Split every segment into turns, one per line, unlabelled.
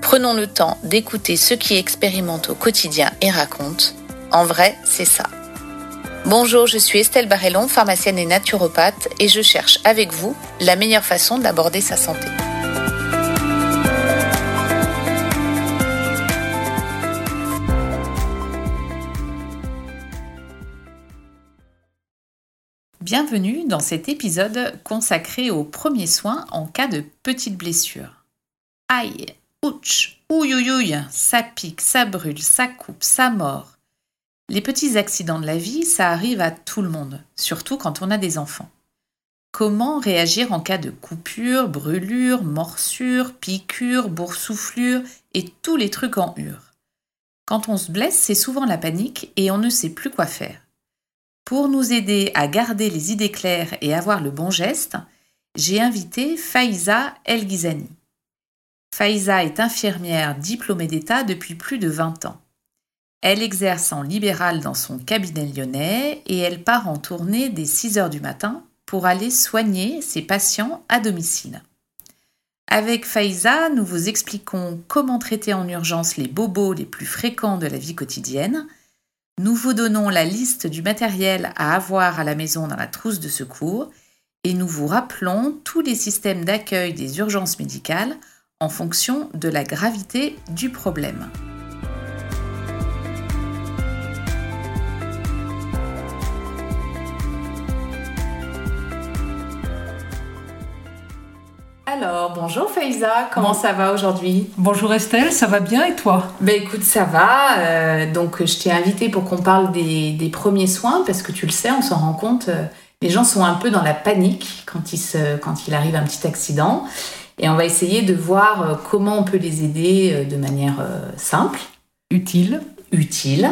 Prenons le temps d'écouter ceux qui expérimentent au quotidien et racontent. En vrai, c'est ça. Bonjour, je suis Estelle Barrellon, pharmacienne et naturopathe, et je cherche avec vous la meilleure façon d'aborder sa santé. Bienvenue dans cet épisode consacré aux premiers soins en cas de petite blessure. Aïe, ouch, ouïe, ouïe, ouïe, ça pique, ça brûle, ça coupe, ça mord. Les petits accidents de la vie, ça arrive à tout le monde, surtout quand on a des enfants. Comment réagir en cas de coupure, brûlure, morsure, piqûre, boursouflure et tous les trucs en hure Quand on se blesse, c'est souvent la panique et on ne sait plus quoi faire. Pour nous aider à garder les idées claires et avoir le bon geste, j'ai invité Faiza El Ghizani. Faiza est infirmière diplômée d'État depuis plus de 20 ans. Elle exerce en libéral dans son cabinet lyonnais et elle part en tournée dès 6 heures du matin pour aller soigner ses patients à domicile. Avec Faiza, nous vous expliquons comment traiter en urgence les bobos les plus fréquents de la vie quotidienne. Nous vous donnons la liste du matériel à avoir à la maison dans la trousse de secours et nous vous rappelons tous les systèmes d'accueil des urgences médicales en fonction de la gravité du problème. Alors, bonjour Faiza, comment
Bon-
ça va aujourd'hui
Bonjour Estelle, ça va bien et toi
Ben écoute, ça va. euh, donc je t'ai invité pour qu'on parle des, des premiers soins parce que tu le sais, on s'en rend compte, euh, les gens sont un peu dans la panique quand il, se, quand il arrive un petit accident. Et on va essayer de voir euh, comment on peut les aider euh, de manière euh, simple,
Utile.
utile.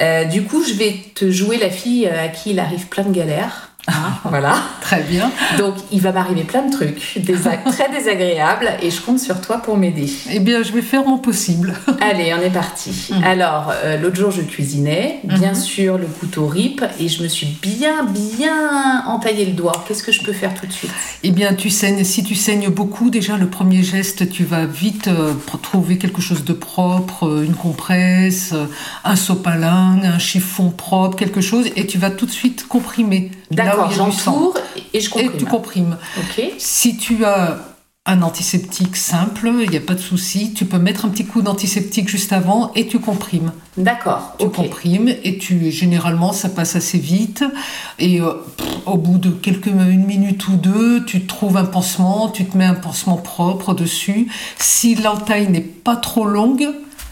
Euh, du coup, je vais te jouer la fille euh, à qui il arrive plein de galères. hein, voilà.
Très bien.
Donc il va m'arriver plein de trucs, des actes très désagréables, et je compte sur toi pour m'aider.
Eh bien, je vais faire mon possible.
Allez, on est parti.
Mm.
Alors, euh, l'autre jour, je cuisinais, bien
Mm-hmm.
sûr, le couteau rip, et je me suis bien, bien entaillé le doigt. Qu'est-ce que je peux faire tout de suite
Eh bien, tu saignes, si tu saignes beaucoup, déjà le premier geste, tu vas vite euh, pr- trouver quelque chose de propre, euh, une compresse, euh, un sopalin, un chiffon propre, quelque chose, et tu vas tout de suite comprimer. là où
D'accord,
il y a du sang.
j'entoure et je
Et
comprime.
tu comprimes.
Ok,
Si tu as un antiseptique simple, il n'y a pas de souci, tu peux mettre un petit coup d'antiseptique juste avant et tu comprimes.
d'accord.
Tu
ok.
comprimes et tu généralement ça passe assez vite et euh, pff, au bout de quelques une minute ou deux tu trouves un pansement tu te mets un pansement propre dessus si l'entaille n'est pas trop longue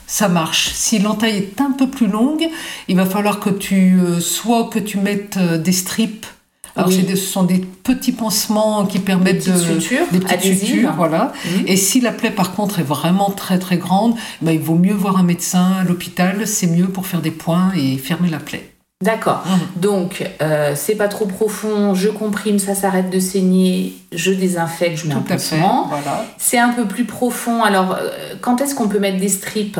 ça marche si l'entaille est un peu plus longue il va falloir que tu euh, soit que tu mettes euh, des strips alors
Oui.
c'est des- ce sont des petits pansements qui permettent
petites
de
sutures
des petites
adhésives.
sutures voilà
Mhm.
et si la plaie, par contre, est vraiment très très grande, ben, il vaut mieux voir un médecin à l'hôpital. C'est mieux pour faire des points et fermer la plaie.
D'accord.
Mm.
Donc, euh, c'est pas trop profond, je comprime, ça s'arrête de saigner, je désinfecte, je mets un
Tout à fait.
pansement.
Voilà.
C'est un peu plus profond. Alors, euh, quand est-ce qu'on peut mettre des strips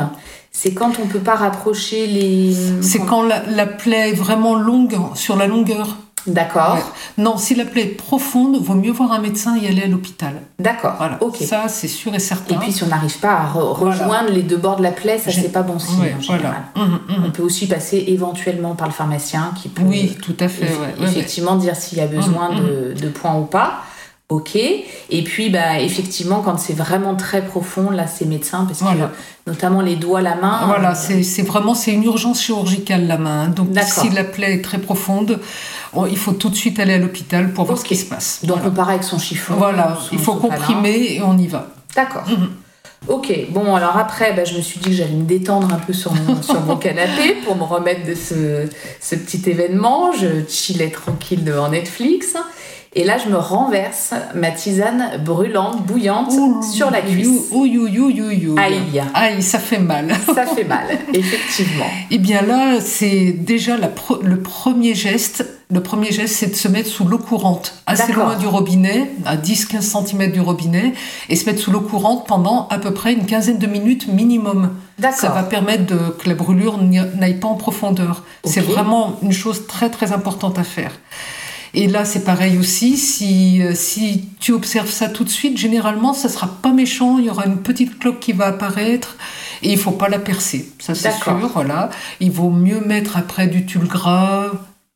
C'est quand on peut pas rapprocher les.
C'est quand la, la plaie est vraiment longue, sur la longueur.
D'accord.
Ouais. Non, si la plaie est profonde, vaut mieux voir un médecin et aller à l'hôpital.
D'accord.
Voilà.
Ok.
Ça, c'est sûr et certain.
Et puis si on n'arrive pas à re-
Voilà.
rejoindre les deux bords de la plaie, ça
J'ai-
c'est pas bon signe
Ouais,
en général.
voilà. Mhm, mhm.
On peut aussi passer éventuellement par le pharmacien qui peut
Oui, tout à fait.
eff-
ouais, ouais, ouais.
euh, effectivement dire s'il y a besoin
Mhm,
de, de points ou pas. Ok. Et puis bah effectivement quand c'est vraiment très profond, là c'est médecin parce
Voilà.
que euh, notamment les doigts, la main.
Voilà,
euh,
c'est c'est vraiment c'est une urgence chirurgicale la main. hein. Donc
D'accord.
si la plaie est très profonde, on- il faut tout de suite aller à l'hôpital pour voir
Ok.
ce qui se passe.
Donc
voilà,
on part avec son chiffon.
Voilà,
son-
il faut
son palin.
comprimer et on y va.
D'accord.
Mhm.
Ok, bon, alors après, bah, je me suis dit que j'allais me détendre un peu sur mon, sur mon canapé pour me remettre de ce, ce petit événement. Je chillais tranquille devant Netflix. Et là, je me renverse ma tisane brûlante, bouillante, sur la cuisse.
Ouh, ouh, ouh, ouh, ouh.
Aïe.
Aïe, ça fait mal.
Ça fait mal, effectivement.
Eh bien là, c'est déjà la pro- le premier geste. Le premier geste, c'est de se mettre sous l'eau courante, assez
D'accord.
loin du robinet, à 10-15 cm du robinet, et se mettre sous l'eau courante pendant à peu près une quinzaine de minutes minimum. Ça
D'accord.
va permettre de- que la brûlure n'y- n'aille pas en profondeur. C'est
Ok.
vraiment une chose très très importante à faire. Et là, c'est pareil aussi. Si, euh, si tu observes ça tout de suite, généralement, ça sera pas méchant. Il y aura une petite cloque qui va apparaître et il faut pas la percer. Ça, c'est
D'accord.
sûr. Voilà. Il vaut mieux mettre après du tulle gras.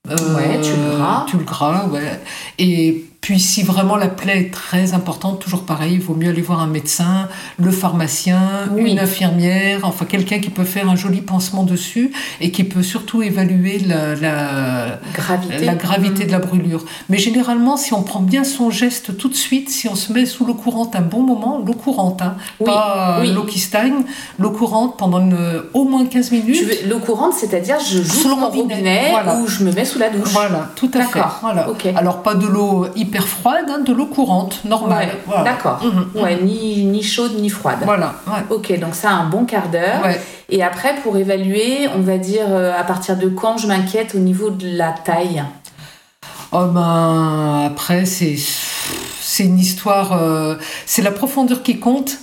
euh,
Ouais, tulle gras.
Tulle gras, ouais. Et puis, si vraiment la plaie est très importante, toujours pareil, il vaut mieux aller voir un médecin, le pharmacien,
Oui.
une infirmière, enfin quelqu'un qui peut faire un joli pansement dessus et qui peut surtout évaluer la- la,
Gravité.
la gravité
Mm.
de la brûlure. Mais généralement, si on prend bien son geste tout de suite, si on se met sous l'eau courante un bon moment, l'eau courante, hein,
Oui,
pas euh,
oui.
l'eau qui stagne, l'eau courante pendant une- au moins 15 minutes.
Tu veux- L'eau courante, c'est-à-dire je
Sous
joue
le
mon
robinet,
robinet
voilà.
ou je me mets sous la douche.
Voilà, tout à fait.
D'accord,
Voilà.
ok.
Alors pas de l'eau hyper froide, hein, de l'eau courante, normale.
Ouais,
Voilà.
D'accord.
Mhm.
Ouais, ni, ni chaude ni froide.
Voilà, ouais.
Ok, donc ça, un bon quart d'heure.
Ouais.
Et après, pour évaluer, on va dire euh, à partir de quand je m'inquiète au niveau de la taille.
Oh ben, après, c'est c'est une histoire. euh, c'est la profondeur qui compte.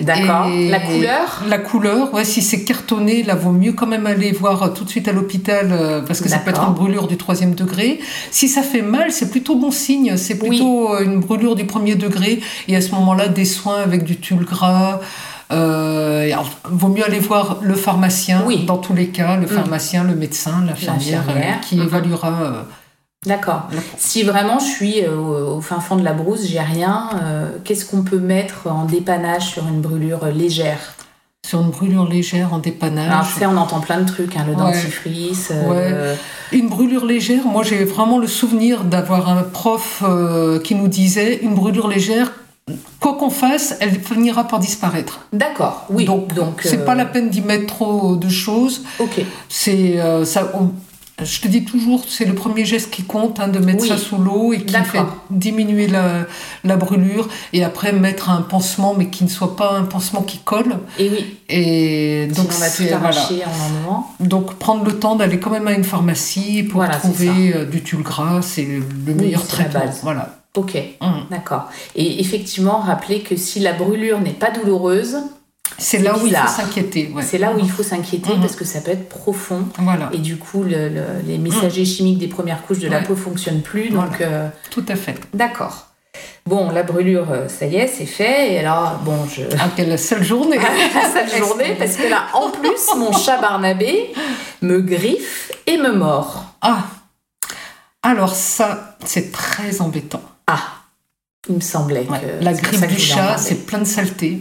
D'accord.
Et-
La couleur
La couleur, ouais, si c'est cartonné, là, vaut mieux quand même aller voir euh, tout de suite à l'hôpital euh, parce que ça peut être
D'accord.
une brûlure du troisième degré. Si ça fait mal, c'est plutôt bon signe. C'est
Oui.
plutôt euh, une brûlure du premier degré. Et à ce moment-là, des soins avec du tulle gras. Euh, et alors, vaut mieux aller voir le pharmacien,
Oui. Mm.
dans tous les cas, le pharmacien, le médecin, l'infirmière,
L'infirmière.
euh, qui
Mhm.
évaluera. euh,
D'accord. Si vraiment je suis euh, au fin fond de la brousse, j'ai rien, euh, qu'est-ce qu'on peut mettre en dépannage sur une brûlure légère
sur une brûlure légère en dépannage.
Alors, tu sais, on entend plein de trucs, hein, le
Ah, Ouais.
dentifrice. euh,
Ouais.
le-
Une brûlure légère, moi j'ai vraiment le souvenir d'avoir un prof euh, qui nous disait une brûlure légère, quoi qu'on fasse, elle finira par disparaître.
D'accord, oui.
donc, c'est
euh,
pas la peine d'y mettre trop de choses.
Ok,
C'est euh, ça. on- je te dis toujours, c'est le premier geste qui compte, hein, de mettre
Oui.
ça sous l'eau et qui
D'accord.
fait diminuer la, la brûlure. Et après, mettre un pansement, mais qui ne soit pas un pansement qui colle.
et oui,
Et
donc
donc,
on va
c'est-
tout
voilà.
arracher en un moment.
Donc prendre le temps d'aller quand même à une pharmacie pour
Voilà, c'est
trouver euh, du tulle gras, c'est le meilleur
c'est la
traitement.
base.
Voilà.
Ok,
Hum.
d'accord. Et effectivement, rappelez que si la brûlure n'est pas douloureuse,
C'est là où il faut
bizarre.
s'inquiéter. ouais.
c'est là où il faut s'inquiéter
Mhm.
parce que ça peut être profond.
Voilà,
Et du coup, le- le- les messagers chimiques des premières couches de la
Mm. Ouais.
peau fonctionnent plus. Donc, euh,
tout à fait.
d'accord. Bon, la brûlure, euh, ça y est, c'est fait. Et alors, bon, je.
Ah, quelle seule journée
à cette Ah, journée, parce que là, en plus, mon chat Barnabé me griffe et me mord.
Ah Alors ça, c'est très embêtant.
Ah Il me semblait
Ouais.
que.
La
euh, c'est pour ça
grippe
que
du
je voulais en
chat,
parler.
c'est plein de saleté.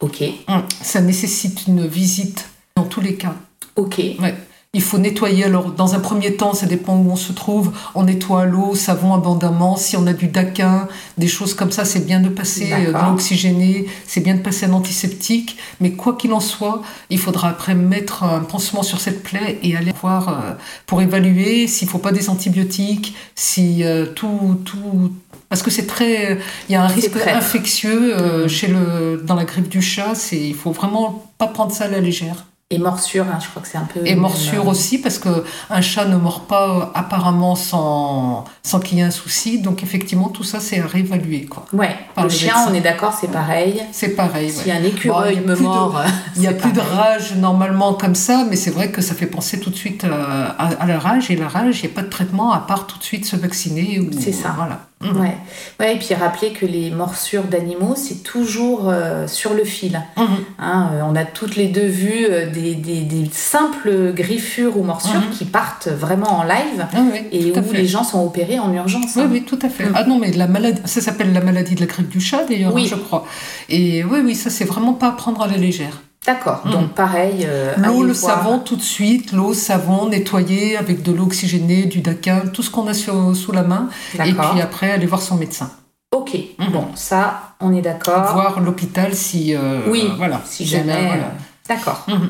Ok,
Hum, Ça nécessite une visite dans tous les cas.
ok.
Ouais. Il faut nettoyer. Alors, dans un premier temps, ça dépend où on se trouve. On nettoie l'eau, savon abondamment. Si on a du daquin, des choses comme ça, c'est bien de passer euh, de
D'accord.
l'eau oxygénée, c'est bien de passer un antiseptique. Mais quoi qu'il en soit, il faudra après mettre un pansement sur cette plaie et aller voir euh, pour évaluer s'il ne faut pas des antibiotiques, si euh, tout, tout. Parce que c'est très. Il y a un
C'est
risque
prêt.
infectieux euh, chez le, dans la grippe du chat. C'est, il faut vraiment pas prendre ça à la légère.
Et morsure, hein, je crois que c'est un peu. euh,
Et morsure aussi, parce que un chat ne mord pas euh, apparemment sans, sans qu'il y ait un souci. Donc effectivement, tout ça, c'est à réévaluer. quoi.
Ouais,
Par
le
le
chien,
médecin.
on est d'accord, c'est pareil.
C'est pareil.
Si
ouais.
un écureuil
Bon, il y a
me
plus de-
mord.
Il n'y a
c'est
plus de
pareil.
rage normalement comme ça, mais c'est vrai que ça fait penser tout de suite euh, à, à la rage. Et la rage, il n'y a pas de traitement à part tout de suite se vacciner. ou-
C'est ça.
Voilà.
Ouais. ouais, et puis rappelez que les morsures d'animaux, c'est toujours euh, sur le fil.
Mhm.
Hein, euh, on a toutes les deux vu euh, des, des- des simples griffures ou morsures
Mhm.
qui partent vraiment en live
Ah oui,
et
tout à
où
fait.
les gens sont opérés en urgence.
Oui,
hein.
oui, tout à fait.
Mm.
Ah non, mais la maladie, ça s'appelle la maladie de la grippe du chat, d'ailleurs, hein,
Oui.
je crois. Et oui, oui, ça, c'est vraiment pas à prendre à la légère.
D'accord,
Mhm.
donc pareil. euh,
L'eau,
allez
le
voir.
savon, tout de suite, l'eau, savon, nettoyer avec de l'eau oxygénée, du daquin, tout ce qu'on a sur- sous la main. Et
D'accord.
puis après, aller voir son médecin.
Ok,
Mhm.
bon, ça, on est d'accord.
Voir l'hôpital si. euh,
Ah. Oui,
voilà.
si jamais.
voilà.
euh, D'accord.
Mhm.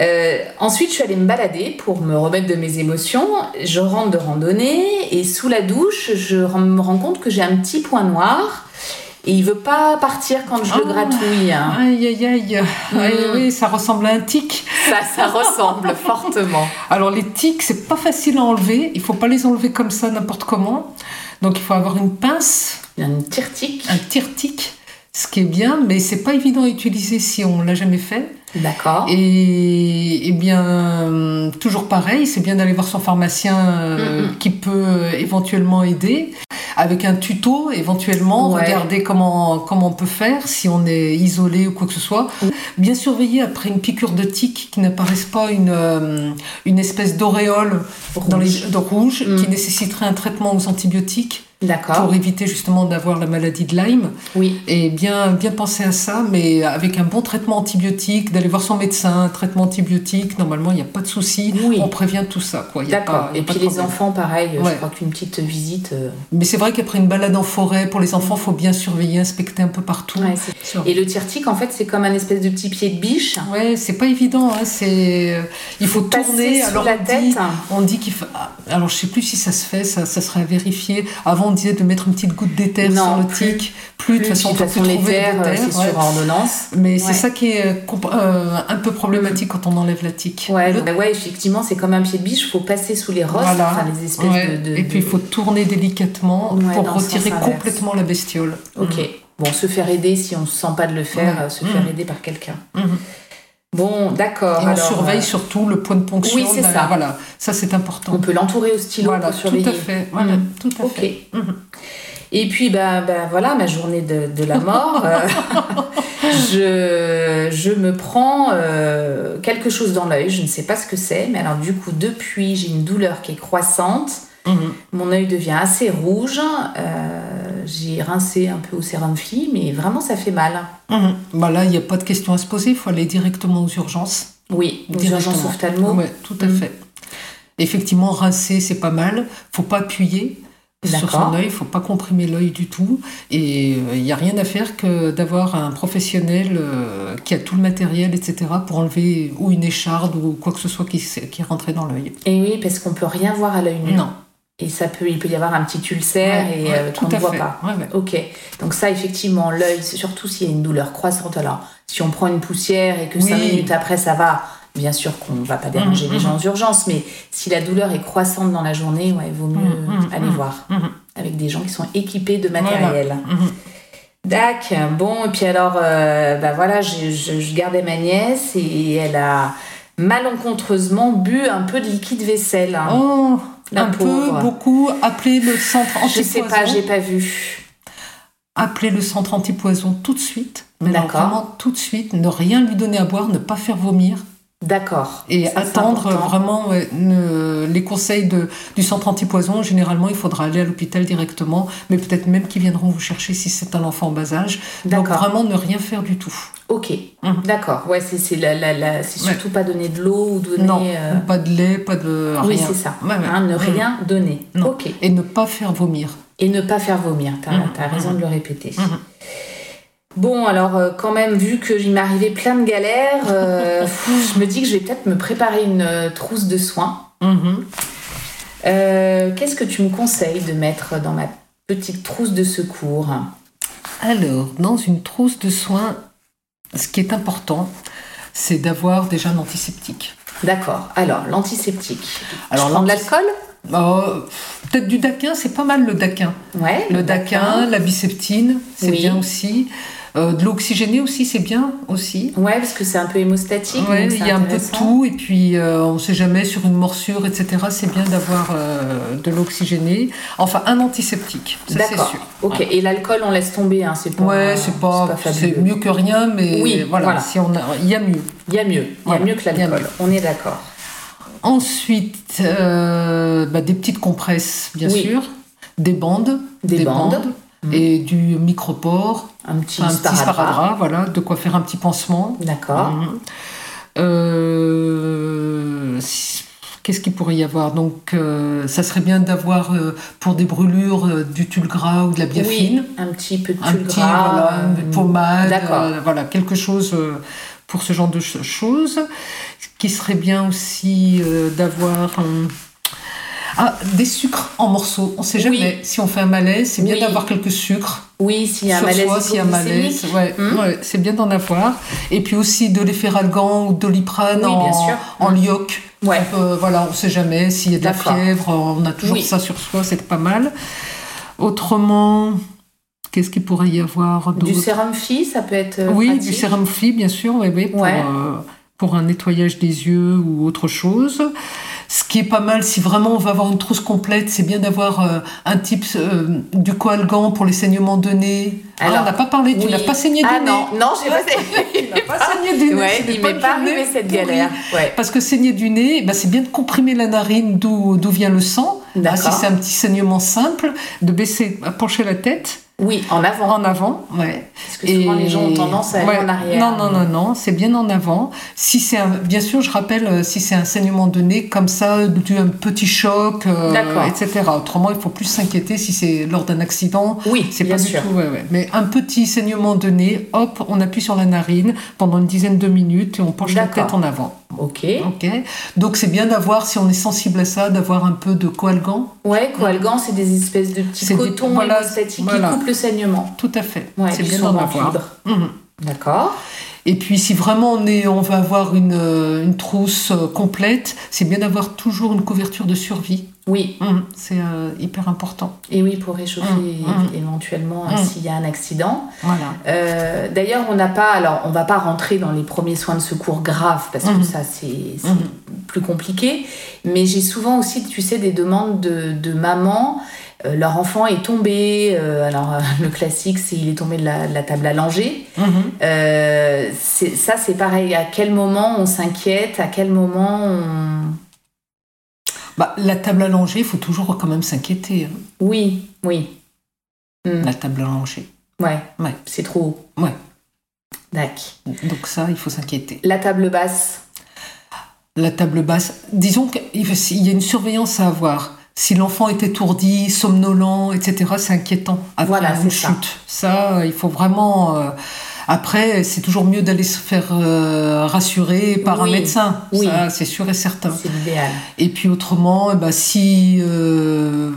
Euh, ensuite, je suis allée me balader pour me remettre de mes émotions. Je rentre de randonnée et sous la douche, je me rends compte que j'ai un petit point noir et il veut pas partir quand je le
Ah.
gratouille. hein.
Aïe, aïe, aïe.
Mm.
Aïe, oui, ça ressemble à un tic.
Ça, ça ressemble fortement.
Alors les tics, c'est pas facile à enlever. Il faut pas les enlever comme ça n'importe comment. Donc il faut avoir une pince,
Il y a une tirtique.
un tire-tic, ce qui est bien, mais c'est pas évident à utiliser si on l'a jamais fait.
D'accord.
Et, eh bien, euh, toujours pareil, c'est bien d'aller voir son pharmacien euh, qui peut euh, éventuellement aider. Avec un tuto, éventuellement,
Ouais.
regarder comment, comment on peut faire, si on est isolé ou quoi que ce soit.
Mm.
Bien surveiller après une piqûre de tic qui n'apparaisse pas une, euh, une espèce d'auréole dans les,
Rouge.
de rouge
Mm. Ah.
qui nécessiterait un traitement aux antibiotiques
D'accord.
pour éviter justement d'avoir la maladie de Lyme.
Oui.
Et bien, bien penser à ça, mais avec un bon traitement antibiotique, d'aller voir son médecin, un traitement antibiotique, normalement, il n'y a pas de souci.
Oui.
On prévient de tout ça, quoi. Il y a
D'accord.
pas- il y
Et
a pas
puis
de
les
problème.
enfants, pareil, je
Ouais.
crois qu'une petite visite. euh,
Mais c'est vrai qu'après une balade en forêt, pour les enfants, il faut bien surveiller, inspecter un peu partout.
ouais, c'est-
Sur-
Et le tirtique, en fait, c'est comme un espèce de petit pied de biche.
Ouais, c'est pas évident. hein, C'est euh, il faut
Passer
tourner.
sous
alors
la
on
tête.
dit, on dit qu'il faut. ah, Alors je sais plus si ça se fait. Ça, ça serait à vérifier. Avant on disait de mettre une petite goutte d'éther
Non,
sur le
plus.
tic. Plus, de toute façon, on peut plus
les
trouver
terres,
d'éther,
c'est
ouais.
sur ordonnance.
Mais
Ouais.
c'est ça qui est euh, comp- euh, un peu problématique quand on enlève la tique.
Ouais,
Le-
bah ouais, effectivement, c'est comme un pied de biche, il faut passer sous les rosses,
Voilà.
enfin les espèces
Ouais.
de, de-
Et puis il
de-
faut tourner délicatement
Ouais,
pour
dans le sens
retirer
inverse.
complètement la bestiole. Mmh.
Ok. Bon, se faire aider si on ne se sent pas de le faire,
Mm. Ouais.
euh, se faire
Mhm.
aider par quelqu'un.
Mhm.
Bon, d'accord.
Et on
alors,
surveille
euh,
surtout le point de ponction.
Oui, c'est
là,
ça.
Voilà, ça c'est important.
On peut l'entourer au stylo
Voilà,
pour
tout
surveiller.
à fait. Voilà,
Mhm.
tout à
Ok.
fait. Mhm.
Et puis, bah, bah, voilà, ma journée de, de la mort, euh, je, je me prends euh, quelque chose dans l'œil, je ne sais pas ce que c'est, mais alors du coup, depuis, j'ai une douleur qui est croissante,
Mhm.
mon œil devient assez rouge, euh, j'ai rincé un peu au sérum fille, mais vraiment, ça fait mal.
Mhm. Bah là, il n'y a pas de question à se poser, il faut aller directement aux urgences.
Oui, aux
Directement.
urgences ophtalmo.
Ouais, tout à
Mhm.
fait. Effectivement, rincer, c'est pas mal. faut pas appuyer sur
D'accord.
son œil, faut pas comprimer l'œil du tout. Et il n'y a rien à faire que d'avoir un professionnel euh, qui a tout le matériel, etc., pour enlever ou une écharde ou quoi que ce soit qui, s'est- qui est rentré dans l'œil.
Et oui, parce qu'on peut rien voir à l'œil nu.
Non.
Et ça peut, il peut y avoir un petit ulcère
Ouais,
et
ouais,
euh,
tout
qu'on ne
à
voit
fait.
pas.
Ouais, ouais.
Ok, donc ça effectivement, l'œil, c'est surtout s'il y a une douleur croissante, alors si on prend une poussière et que
Oui.
cinq minutes après ça va, bien sûr qu'on ne va pas déranger
Mhm,
les gens aux urgences, mais si la douleur est croissante dans la journée, ouais, il vaut mieux
Mhm,
aller
mhm,
voir
mhm.
avec des gens qui sont équipés de matériel.
Mhm.
Dac, bon, et puis alors, euh, bah voilà, je, je- je gardais ma nièce et elle a malencontreusement bu un peu de liquide vaisselle. hein.
Oh,
La
un
pauvre.
peu, beaucoup, appelez le centre
je sais
antipoison.
pas, j'ai pas vu.
Appelez le centre antipoison tout de suite. Mais alors,
D'accord.
vraiment tout de suite. Ne rien lui donner à boire, ne pas faire vomir.
D'accord.
Et
Ça, c'est
attendre
important.
vraiment ouais, ne- les conseils de, du centre antipoison. Généralement, il faudra aller à l'hôpital directement, mais peut-être même qu'ils viendront vous chercher si c'est un enfant en bas âge. Donc
D'accord.
vraiment ne rien faire du tout.
Ok,
Mhm.
d'accord. Ouais, c'est c'est la, la, la- c'est
Ouais.
surtout pas donner de l'eau ou donner.
non,
euh,
pas de lait, pas de rien.
Oui, c'est ça.
Ouais, ouais.
Hein, ne
Mhm.
rien donner.
Non.
Ok.
Et ne pas faire vomir.
Et ne pas faire vomir. T'as
Mhm.
t'as raison de le répéter.
Mhm.
Bon, alors euh, quand même, vu que il m'est arrivé plein de galères, euh, fou, je me dis que je vais peut-être me préparer une euh, trousse de soins.
Mhm.
Euh, Qu'est-ce que tu me conseilles de mettre dans ma petite trousse de secours
Alors, dans une trousse de soins, ce qui est important, c'est d'avoir déjà un antiseptique.
D'accord. Alors, l'antiseptique.
Alors,
Alors, prends de
l'anti-
l'alcool
Oh, Peut-être du daquin, c'est pas mal le daquin.
Ouais.
Le daquin, la biseptine, c'est
Oui.
bien aussi. Euh, de l'eau oxygénée aussi, c'est bien aussi.
Ouais, parce que c'est un peu hémostatique.
Ouais,
donc c'est
il y a un peu de
intéressant.
tout, et puis euh, on ne sait jamais sur une morsure, etc. C'est bien d'avoir euh, de l'eau oxygénée. Enfin, un antiseptique, ça c'est
D'accord.
sûr.
Ok. Et l'alcool, on laisse tomber. Hein. C'est pas.
Ouais, c'est pas, c'est
fabuleux.
mieux que rien, mais
Oui,
voilà,
voilà.
si on a, il y a mieux.
Il y a mieux. Il
Voilà,
y a mieux que
il y a
l'alcool.
mieux.
On est d'accord.
Ensuite, euh, bah, des petites compresses, bien
Oui.
sûr, des bandes,
Des bandes. Mm.
et du micropore,
Un petit
un petit
sparadrap.
sparadrap, voilà, de quoi faire un petit pansement.
D'accord.
Mhm. Euh, si- Qu'est-ce qu'il pourrait y avoir Donc, euh, ça serait bien d'avoir euh, pour des brûlures euh, du tulle gras ou de la biafine,
Oui. Un petit peu de
un
tulle
petit,
gras.
voilà, une
euh,
pommade,
D'accord.
euh, voilà, quelque chose euh, pour ce genre de ch- choses. qui serait bien aussi euh, d'avoir euh, ah, des sucres en morceaux. On ne sait
Oui.
jamais si on fait un malaise, c'est bien
Oui.
d'avoir quelques sucres
Oui, s'il y a un
sur
malaise
soi, s'il y a un
hypoglycémique.
malaise. Ouais,
Hmm.
ouais, c'est bien d'en avoir. Et puis aussi de l'efferalgan ou doliprane
Oui, bien
en,
sûr. Hmm.
en lyoc.
Ouais.
Euh, voilà, on ne sait jamais s'il y a de la
D'accord.
fièvre, on a toujours
Oui.
ça sur soi, c'est pas mal. Autrement, qu'est-ce qu'il pourrait y avoir
Du
d'autre
sérum Phi, ça peut être. euh,
oui, du
pratique.
sérum fli, bien sûr, oui, oui, pour,
Ouais.
euh, pour un nettoyage des yeux ou autre chose. Ce qui est pas mal, si vraiment on va avoir une trousse complète, c'est bien d'avoir euh, un type euh, du coalgan pour les saignements de nez. Ah,
Alors,
on n'a pas parlé, tu
Oui.
n'as pas saigné
Ah
du
non,
nez.
non, j'ai pas
Tu n'as pas saigné du nez.
Ouais,
c'est des
il m'est
bonnes
pas
journées
arrivé cette
pourries.
galère. Ouais.
Parce que saigner du nez, eh ben, c'est bien de comprimer la narine d'où d'où vient le sang. Ah,
D'accord.
si c'est un petit saignement simple, de baisser, à pencher la tête
Oui, en avant.
en avant. Ouais.
Parce que souvent,
Et-
les gens ont tendance à aller
Ouais.
en arrière.
Non, non, non, non, c'est bien en avant. Si c'est un- bien sûr, je rappelle, euh, si c'est un saignement de nez comme ça, dû à un petit choc, euh,
D'accord.
etc. Autrement, il faut plus s'inquiéter si c'est lors d'un accident.
Oui,
C'est
bien
pas
sûr.
du tout, ouais, ouais. mais un petit saignement de nez, hop, on appuie sur la narine pendant une dizaine de minutes et on penche la
D'accord.
tête en avant.
Ok.
Ok. Donc c'est bien d'avoir, si on est sensible à ça, d'avoir un peu de coalgan.
Ouais, coalgan, c'est des espèces de petits
Mm. C'est des-
cotons
voilà,
hémostatiques
voilà.
qui coupent le saignement.
Tout à fait.
Ouais,
c'est
qui
bien
sont
d'en
en
avoir.
fibre.
Mhm.
D'accord.
Et puis si vraiment on, est, on va avoir une, euh, une trousse euh, complète, c'est bien d'avoir toujours une couverture de survie.
Oui,
Hum, c'est euh, hyper important.
et oui, pour réchauffer
Mm,
éventuellement
Mm.
s'il y a un accident.
Voilà.
Euh, D'ailleurs, on n'a pas, alors on va pas rentrer dans les premiers soins de secours graves parce que
Mhm.
ça c'est c'est
Mhm.
plus compliqué. Mais j'ai souvent aussi, tu sais, des demandes de, de mamans. euh, leur enfant est tombé. euh, alors euh, le classique, c'est il est tombé de la, de la table allongée.
Mhm.
Euh, c'est- ça c'est pareil. À quel moment on s'inquiète À quel moment on
Bah, la table allongée, il faut toujours quand même s'inquiéter. hein.
Oui, oui, Mm.
La table allongée.
ouais,
Ouais.
c'est trop. haut.
Ouais.
Dac.
Donc ça, il faut s'inquiéter.
La table basse.
La table basse, disons qu'il y a une surveillance à avoir. Si l'enfant est étourdi, somnolent, etc., c'est inquiétant. Après
Voilà,
une
c'est ça.
chute. Ça, euh, il faut vraiment... euh, Après, c'est toujours mieux d'aller se faire euh, rassurer par
Oui.
un médecin.
Oui.
Ça, c'est sûr et certain.
C'est l'idéal.
Et puis autrement, eh ben, si, euh,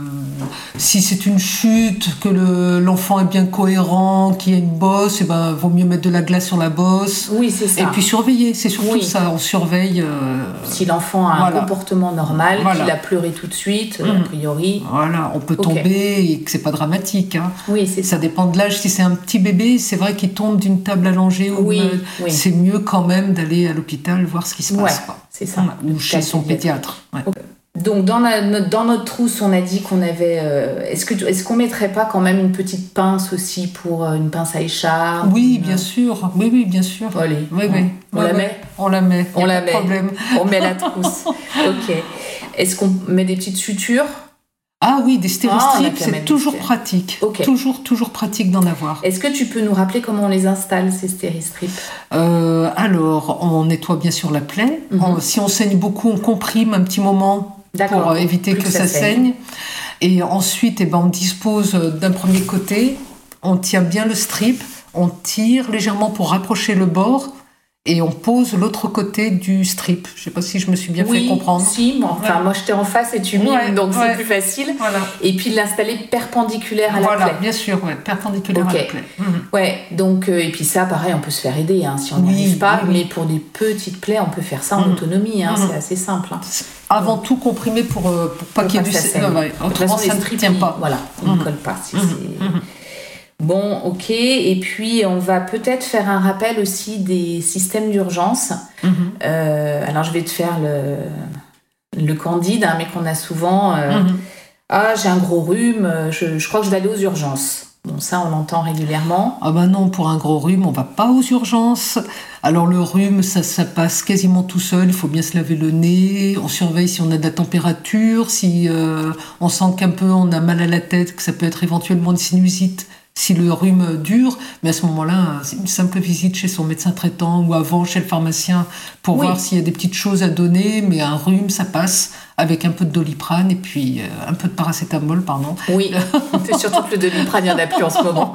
si c'est une chute, que le- l'enfant est bien cohérent, qu'il y a une bosse, eh ben, vaut mieux mettre de la glace sur la bosse.
Oui, c'est ça.
Et puis surveiller, c'est surtout
Oui.
ça, on surveille. euh,
Si l'enfant a un
Voilà.
comportement normal,
Voilà.
qu'il a pleuré tout de suite, euh, a
Mhm.
priori,
voilà, on peut
Ok.
tomber et que c'est pas dramatique. hein.
oui, c'est ça.
Ça dépend de l'âge. Si c'est un petit bébé, c'est vrai qu'il tombe d'une table allongée ou
Oui,
euh,
oui.
c'est mieux quand même d'aller à l'hôpital voir ce qui se
Ouais,
passe. quoi.
c'est ça.
Ou chez
Cas
son
pédiatrique.
pédiatre. ouais.
Donc dans, la- notre, dans notre trousse, on a dit qu'on avait. euh, Est-ce que tu- est-ce qu'on mettrait pas quand même une petite pince aussi pour euh, une pince à écharpe
Oui,
une-
bien sûr. Oui, oui, bien sûr.
Allez,
Oui,
on,
oui.
euh, on
Oui,
la
oui.
met,
On la met.
On
Y a
la
pas de
met.
Problème.
on met la trousse. ok. Est-ce qu'on met des petites sutures
Ah oui, des
Ah, on a
stéréostrips,
quand même
c'est toujours
des-
pratique.
Ok.
Toujours, toujours pratique d'en avoir.
Est-ce que tu peux nous rappeler comment on les installe ces stéristrips
Euh, alors, on nettoie bien sûr la plaie.
Mhm.
On- si on saigne beaucoup, on comprime un petit moment pour euh, éviter
Plus
que, ça saigne. Et ensuite, eh ben, on dispose euh, d'un premier côté. On tient bien le strip. On tire légèrement pour rapprocher le bord. Et on pose l'autre côté du strip. Je ne sais pas si je me suis bien
oui,
fait comprendre.
Si, moi, enfin,
Ouais.
moi j'étais en face et tu mimes,
Ouais,
donc c'est
ouais.
plus facile.
Voilà,
Et puis de l'installer perpendiculaire à la
voilà
plaie.
bien sûr, ouais, perpendiculaire
Ok.
à la plaie. Mhm.
Ouais, donc, euh, et puis ça, pareil, on peut se faire aider hein, si on n'y
Oui,
arrive pas,
oui, oui.
mais pour des petites plaies, on peut faire ça en
Mhm.
autonomie, hein,
Mhm.
c'est assez simple. hein.
Avant tout comprimé pour, euh, pour pas
Faut
qu'il y ait
pas
du
que ça
sel.
saigne.
Ouais,
De toute
Autrement,
façon, les
ça ne
strips,
tient
ils-
pas.
Voilà, ils ne
Mhm.
collent pas. c'est-
Mhm.
c'est- Bon, ok, et puis on va peut-être faire un rappel aussi des systèmes d'urgence.
Mhm.
Euh, alors je vais te faire le, le candide, hein, mais qu'on a souvent. euh,
Mhm.
Ah, j'ai un gros rhume, euh, je, je crois que je vais aller aux urgences. Bon, ça, on l'entend régulièrement.
Ah ben non, pour un gros rhume, on va pas aux urgences. Alors le rhume, ça, ça passe quasiment tout seul. Il faut bien se laver le nez. On surveille si on a de la température, si euh, on sent qu'un peu on a mal à la tête, que ça peut être éventuellement une sinusite. Si le rhume dure, mais à ce moment-là, c'est une simple visite chez son médecin traitant ou avant chez le pharmacien pour
Oui.
voir s'il y a des petites choses à donner, mais un rhume, ça passe avec un peu de doliprane et puis euh, un peu de paracétamol, pardon.
Oui, c'est surtout que le doliprane, il n'y en a plus en ce moment.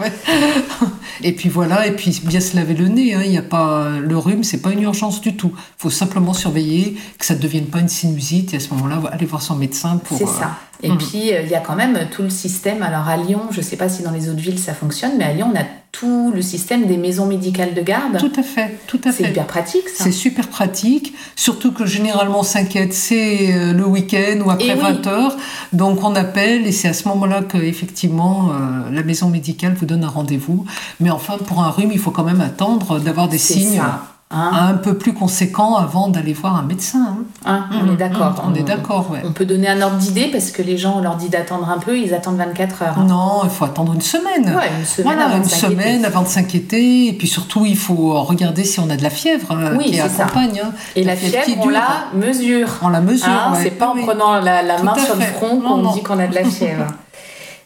Et puis voilà, et puis bien se laver le nez. hein, Il y a pas le rhume, c'est pas une urgence du tout. Il faut simplement surveiller que ça ne devienne pas une sinusite. Et à ce moment-là, aller voir son médecin pour.
C'est
euh,
ça. Et
Mhm.
puis, euh, il y a quand même tout le système. Alors, à Lyon, je ne sais pas si dans les autres villes ça fonctionne, mais à Lyon, on a tout le système des maisons médicales de garde.
euh, Tout à fait, tout à
C'est
fait.
hyper pratique, ça.
C'est super pratique, surtout que généralement on s'inquiète, c'est euh, le week-end ou après
Et oui.
20h. Donc on appelle et c'est à ce moment-là que effectivement euh, la maison médicale vous donne un rendez-vous. Mais enfin, pour un rhume, il faut quand même attendre euh, d'avoir des
C'est
signes
ça, hein.
un peu plus conséquents avant d'aller voir un médecin. hein.
Hein, on est d'accord.
On est d'accord, ouais.
On peut donner un ordre d'idée parce que les gens, on leur dit d'attendre un peu, ils attendent 24 heures.
Non, il faut attendre une semaine.
Ouais, une semaine
Voilà,
avant de
une
s'inquiéter.
semaine avant de s'inquiéter. Et puis surtout, il faut regarder si on a de la fièvre hein,
Oui,
qui
c'est ça.
accompagne. hein.
Et la
fièvre qui
fièvre, on
dure.
la mesure.
On la mesure.
Hein,
ouais.
c'est pas
Oui,
en
oui.
prenant la, la
Tout
main
à
sur le
fait.
front
Non,
qu'on
non.
dit qu'on a de la fièvre.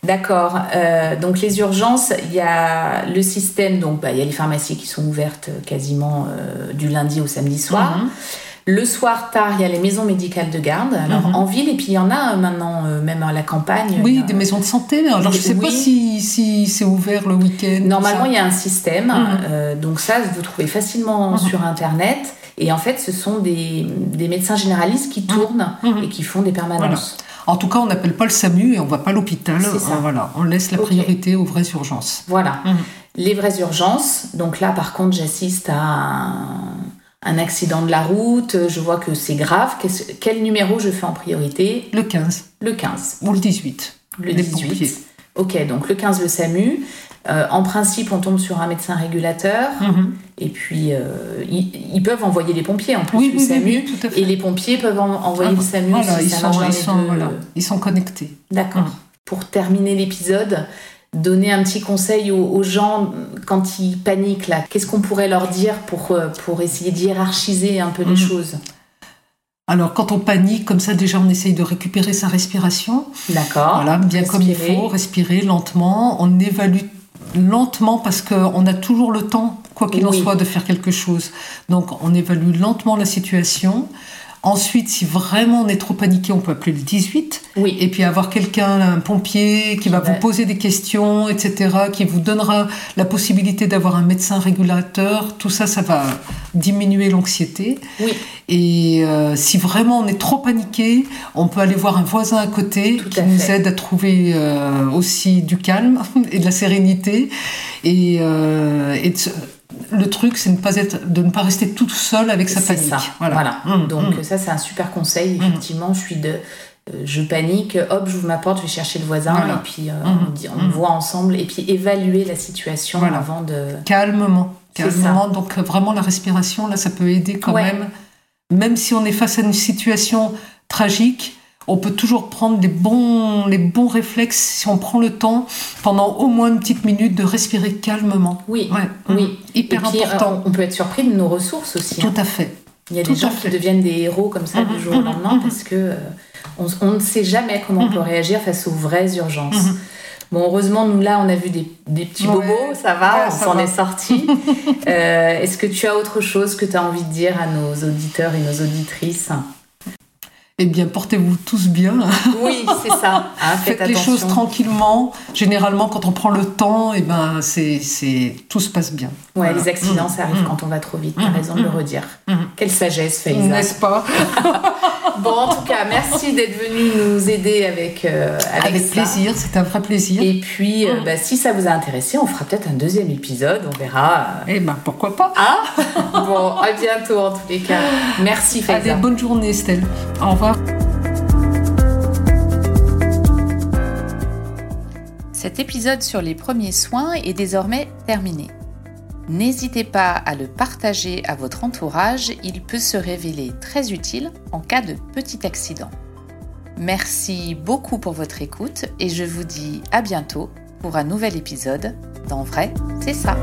D'accord. euh, donc les urgences, il y a le système, donc bah, il y a les pharmacies qui sont ouvertes quasiment euh, du lundi au samedi soir.
Mhm.
Le soir tard, il y a les maisons médicales de garde. Alors
Mhm.
en ville, et puis il y en a euh, maintenant euh, même à la campagne. il y
Oui,
a-
des maisons de santé. Alors, je ne sais pas
Oui.
si, si c'est ouvert le week-end.
Normalement, il
ça.
y a un système,
Mhm.
euh, donc ça, vous trouvez facilement
Mhm.
sur Internet. Et en fait, ce sont des, des médecins généralistes qui tournent
Mhm.
et qui font des permanences.
En tout cas, on n'appelle pas le SAMU et on ne va pas à l'hôpital.
C'est ça.
Euh, Voilà, on laisse la
Ok.
priorité aux vraies urgences.
Voilà.
Mhm.
Les vraies urgences. Donc là, par contre, j'assiste à un, un accident de la route. Je vois que c'est grave. Qu'est-ce- quel numéro je fais en priorité
Le 15
Le 15,
ou le 18.
le
Les
18.
pompiers.
Ok, donc le 15, le SAMU. Euh, en principe, on tombe sur un médecin régulateur.
Mhm.
Et puis, euh, ils, ils peuvent envoyer les pompiers en plus,
Oui,
le
oui, oui,
SAMU.
oui, tout à fait. Ah,
Et les pompiers peuvent en- envoyer le SAMU
Voilà,
si
ils
ça marche
sont,
dans
ils,
les
sont,
deux-
voilà, ils sont connectés.
D'accord.
Mhm.
Mm. Pour terminer l'épisode, donner un petit conseil aux, aux gens quand ils paniquent là. Qu'est-ce qu'on pourrait leur dire pour, euh, pour essayer d'hiérarchiser un peu les
Mhm.
choses
Alors, quand on panique, comme ça, déjà, on essaye de récupérer sa respiration.
D'accord.
Voilà, bien comme il
Respirer.
faut, respirer lentement. On évalue lentement parce qu'on a toujours le temps, quoi qu'il en
Oui.
soit, de faire quelque chose. Donc on évalue lentement la situation. Ensuite, si vraiment on est trop paniqué, on peut appeler le 18.
Oui.
Et puis avoir quelqu'un, un pompier, qui va
va-
vous poser des questions, etc., qui vous donnera la possibilité d'avoir un médecin régulateur. Tout ça, ça va diminuer l'anxiété.
Oui.
Et euh, si vraiment on est trop paniqué, on peut aller voir un voisin à côté
Tout
qui
à
nous
fait.
aide à trouver euh, aussi du calme et de la sérénité. Et, euh, et de se- le truc, c'est de ne pas être, de ne pas rester tout seul avec sa
C'est
panique.
ça. Voilà.
Mm,
Donc
mm.
ça, c'est un super conseil.
Mm.
Effectivement, je suis de... euh, Je panique, hop, j'ouvre ma porte, je vais chercher le voisin
Voilà.
et puis euh,
Mhm.
on, dit- on
Mhm.
voit ensemble et puis évaluer la situation
Voilà.
avant de...
calmement,
C'est ça.
calmement. Donc euh, vraiment la respiration, là, ça peut aider quand
Ouais.
même. Même si on est face à une situation tragique, on peut toujours prendre les bons, les bons réflexes si on prend le temps pendant au moins une petite minute de respirer calmement.
Oui,
Ouais. Mm.
oui. Et
Hyper
puis,
important.
euh, on peut être surpris de nos ressources aussi. hein.
Tout à fait.
Il y a
Tout
des gens
à
qui
fait.
deviennent des héros comme ça du
Mhm,
jour au
mhm,
lendemain
mhm.
parce que euh, on, on ne sait jamais comment
Mm-hmm.
on peut réagir face aux vraies urgences.
Mhm.
Bon, heureusement, nous là, on a vu des, des petits
Ouais.
bobos, ça va,
Ouais,
on
ça
s'en
va.
est sorti. Euh, Est-ce que tu as autre chose que tu as envie de dire à nos auditeurs et nos auditrices
Eh bien, portez-vous tous bien.
Oui, c'est ça. hein, faites
Faites les
attention.
choses tranquillement. Généralement, quand on prend le temps, eh ben, c'est, c'est, tout se passe bien.
Ouais,
Voilà.
les accidents, ça arrive
Mhm.
quand on va trop vite. T'as raison de le redire.
Mhm.
Quelle sagesse, Faïza.
N'est-ce pas
Bon, en tout cas, merci d'être venu nous aider avec euh, avec,
Avec
ça.
plaisir, c'est un vrai plaisir.
Et puis, euh, bah, si ça vous a intéressé, on fera peut-être un deuxième épisode, on verra.
Eh ben, pourquoi pas
Ah Bon, à bientôt en tous les cas. Merci
Allez,
Faiza.
bonne journée, Estelle. Au revoir.
Cet épisode sur les premiers soins est désormais terminé. N'hésitez pas à le partager à votre entourage, il peut se révéler très utile en cas de petit accident. Merci beaucoup pour votre écoute et je vous dis à bientôt pour un nouvel épisode dans Vrai, c'est ça.